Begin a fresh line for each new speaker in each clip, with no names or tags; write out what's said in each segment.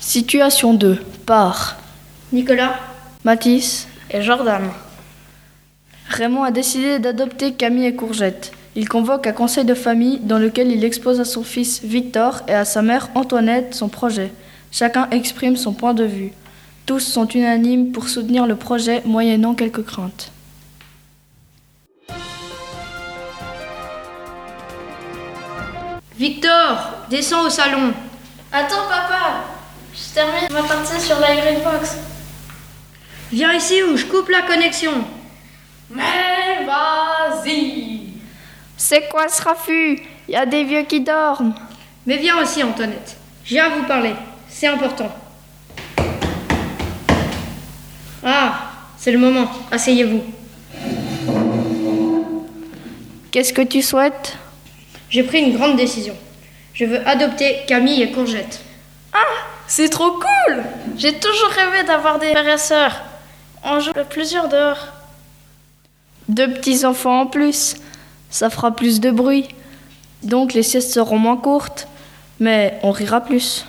Situation 2 par
Nicolas
Matisse.
et Jordan.
Raymond a décidé d'adopter Camille et Courgette. Il convoque un conseil de famille dans lequel il expose à son fils Victor et à sa mère Antoinette son projet. Chacun exprime son point de vue. Tous sont unanimes pour soutenir le projet moyennant quelques craintes.
Victor, descends au salon.
Attends, papa Je termine ma partie sur la Xbox.
Viens ici ou je coupe la connexion.
Mais vas-y
C'est quoi ce raffut Il y a des vieux qui dorment.
Mais viens aussi, Antoinette. J'ai à vous parler. C'est important. Ah, c'est le moment. Asseyez-vous.
Qu'est-ce que tu souhaites
J'ai pris une grande décision. Je veux adopter Camille et Courgette.
C'est trop cool J'ai toujours rêvé d'avoir des frères et sœurs. On joue le plusieurs dehors.
Deux petits enfants en plus, ça fera plus de bruit. Donc les siestes seront moins courtes, mais on rira plus.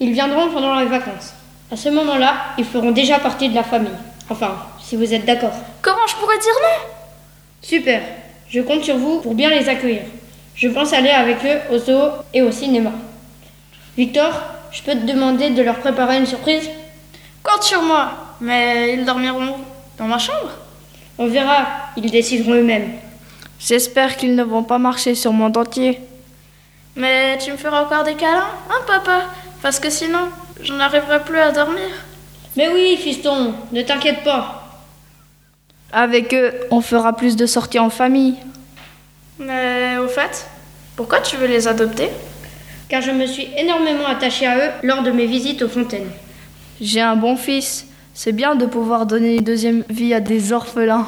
Ils viendront pendant les vacances. À ce moment-là, ils feront déjà partie de la famille. Enfin, si vous êtes d'accord.
Comment je pourrais dire non
Super. Je compte sur vous pour bien les accueillir. Je pense aller avec eux au zoo et au cinéma. Victor, je peux te demander de leur préparer une surprise
Compte sur moi Mais ils dormiront dans ma chambre
On verra, ils décideront eux-mêmes.
J'espère qu'ils ne vont pas marcher sur mon dentier.
Mais tu me feras encore des câlins, hein, papa Parce que sinon, je n'arriverai plus à dormir.
Mais oui, fiston, ne t'inquiète pas.
Avec eux, on fera plus de sorties en famille.
Mais au fait, pourquoi tu veux les adopter
Car je me suis énormément attaché à eux lors de mes visites aux fontaines.
J'ai un bon fils. C'est bien de pouvoir donner une deuxième vie à des orphelins.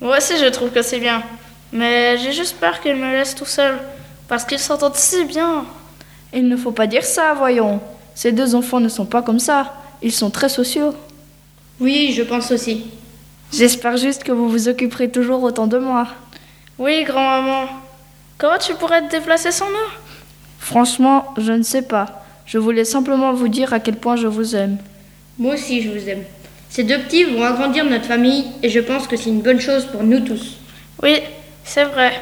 Moi aussi, je trouve que c'est bien. Mais j'ai juste peur qu'ils me laissent tout seul. Parce qu'ils s'entendent si bien.
Il ne faut pas dire ça, voyons. Ces deux enfants ne sont pas comme ça. Ils sont très sociaux.
Oui, je pense aussi.
J'espère juste que vous vous occuperez toujours autant de moi.
Oui, grand-maman. Comment tu pourrais te déplacer sans nous
Franchement, je ne sais pas. Je voulais simplement vous dire à quel point je vous aime.
Moi aussi, je vous aime. Ces deux petits vont agrandir notre famille et je pense que c'est une bonne chose pour nous tous.
Oui, c'est vrai.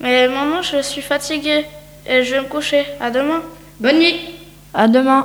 Mais maintenant, je suis fatiguée. Et je vais me coucher. À demain.
Bonne nuit
À demain.